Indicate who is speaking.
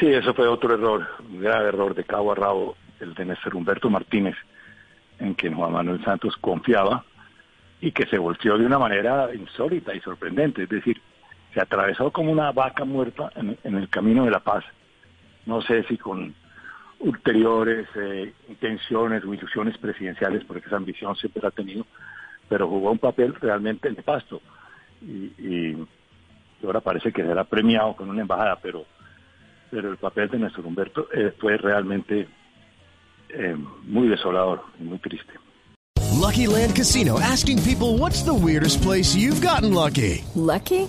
Speaker 1: Sí, eso fue otro error, un grave error de cabo a rabo, el de Néstor Humberto Martínez, en quien Juan Manuel Santos confiaba y que se volteó de una manera insólita y sorprendente. Es decir, se atravesó como una vaca muerta en, en el camino de la paz. No sé si con ulteriores eh, intenciones o ilusiones presidenciales, porque esa ambición siempre la ha tenido, pero jugó un papel realmente de pasto. Y, y ahora parece que será premiado con una embajada, pero, pero el papel de Néstor Humberto eh, fue realmente eh, muy desolador y muy triste.
Speaker 2: Lucky Land Casino asking people what's the weirdest place you've gotten lucky?
Speaker 3: Lucky?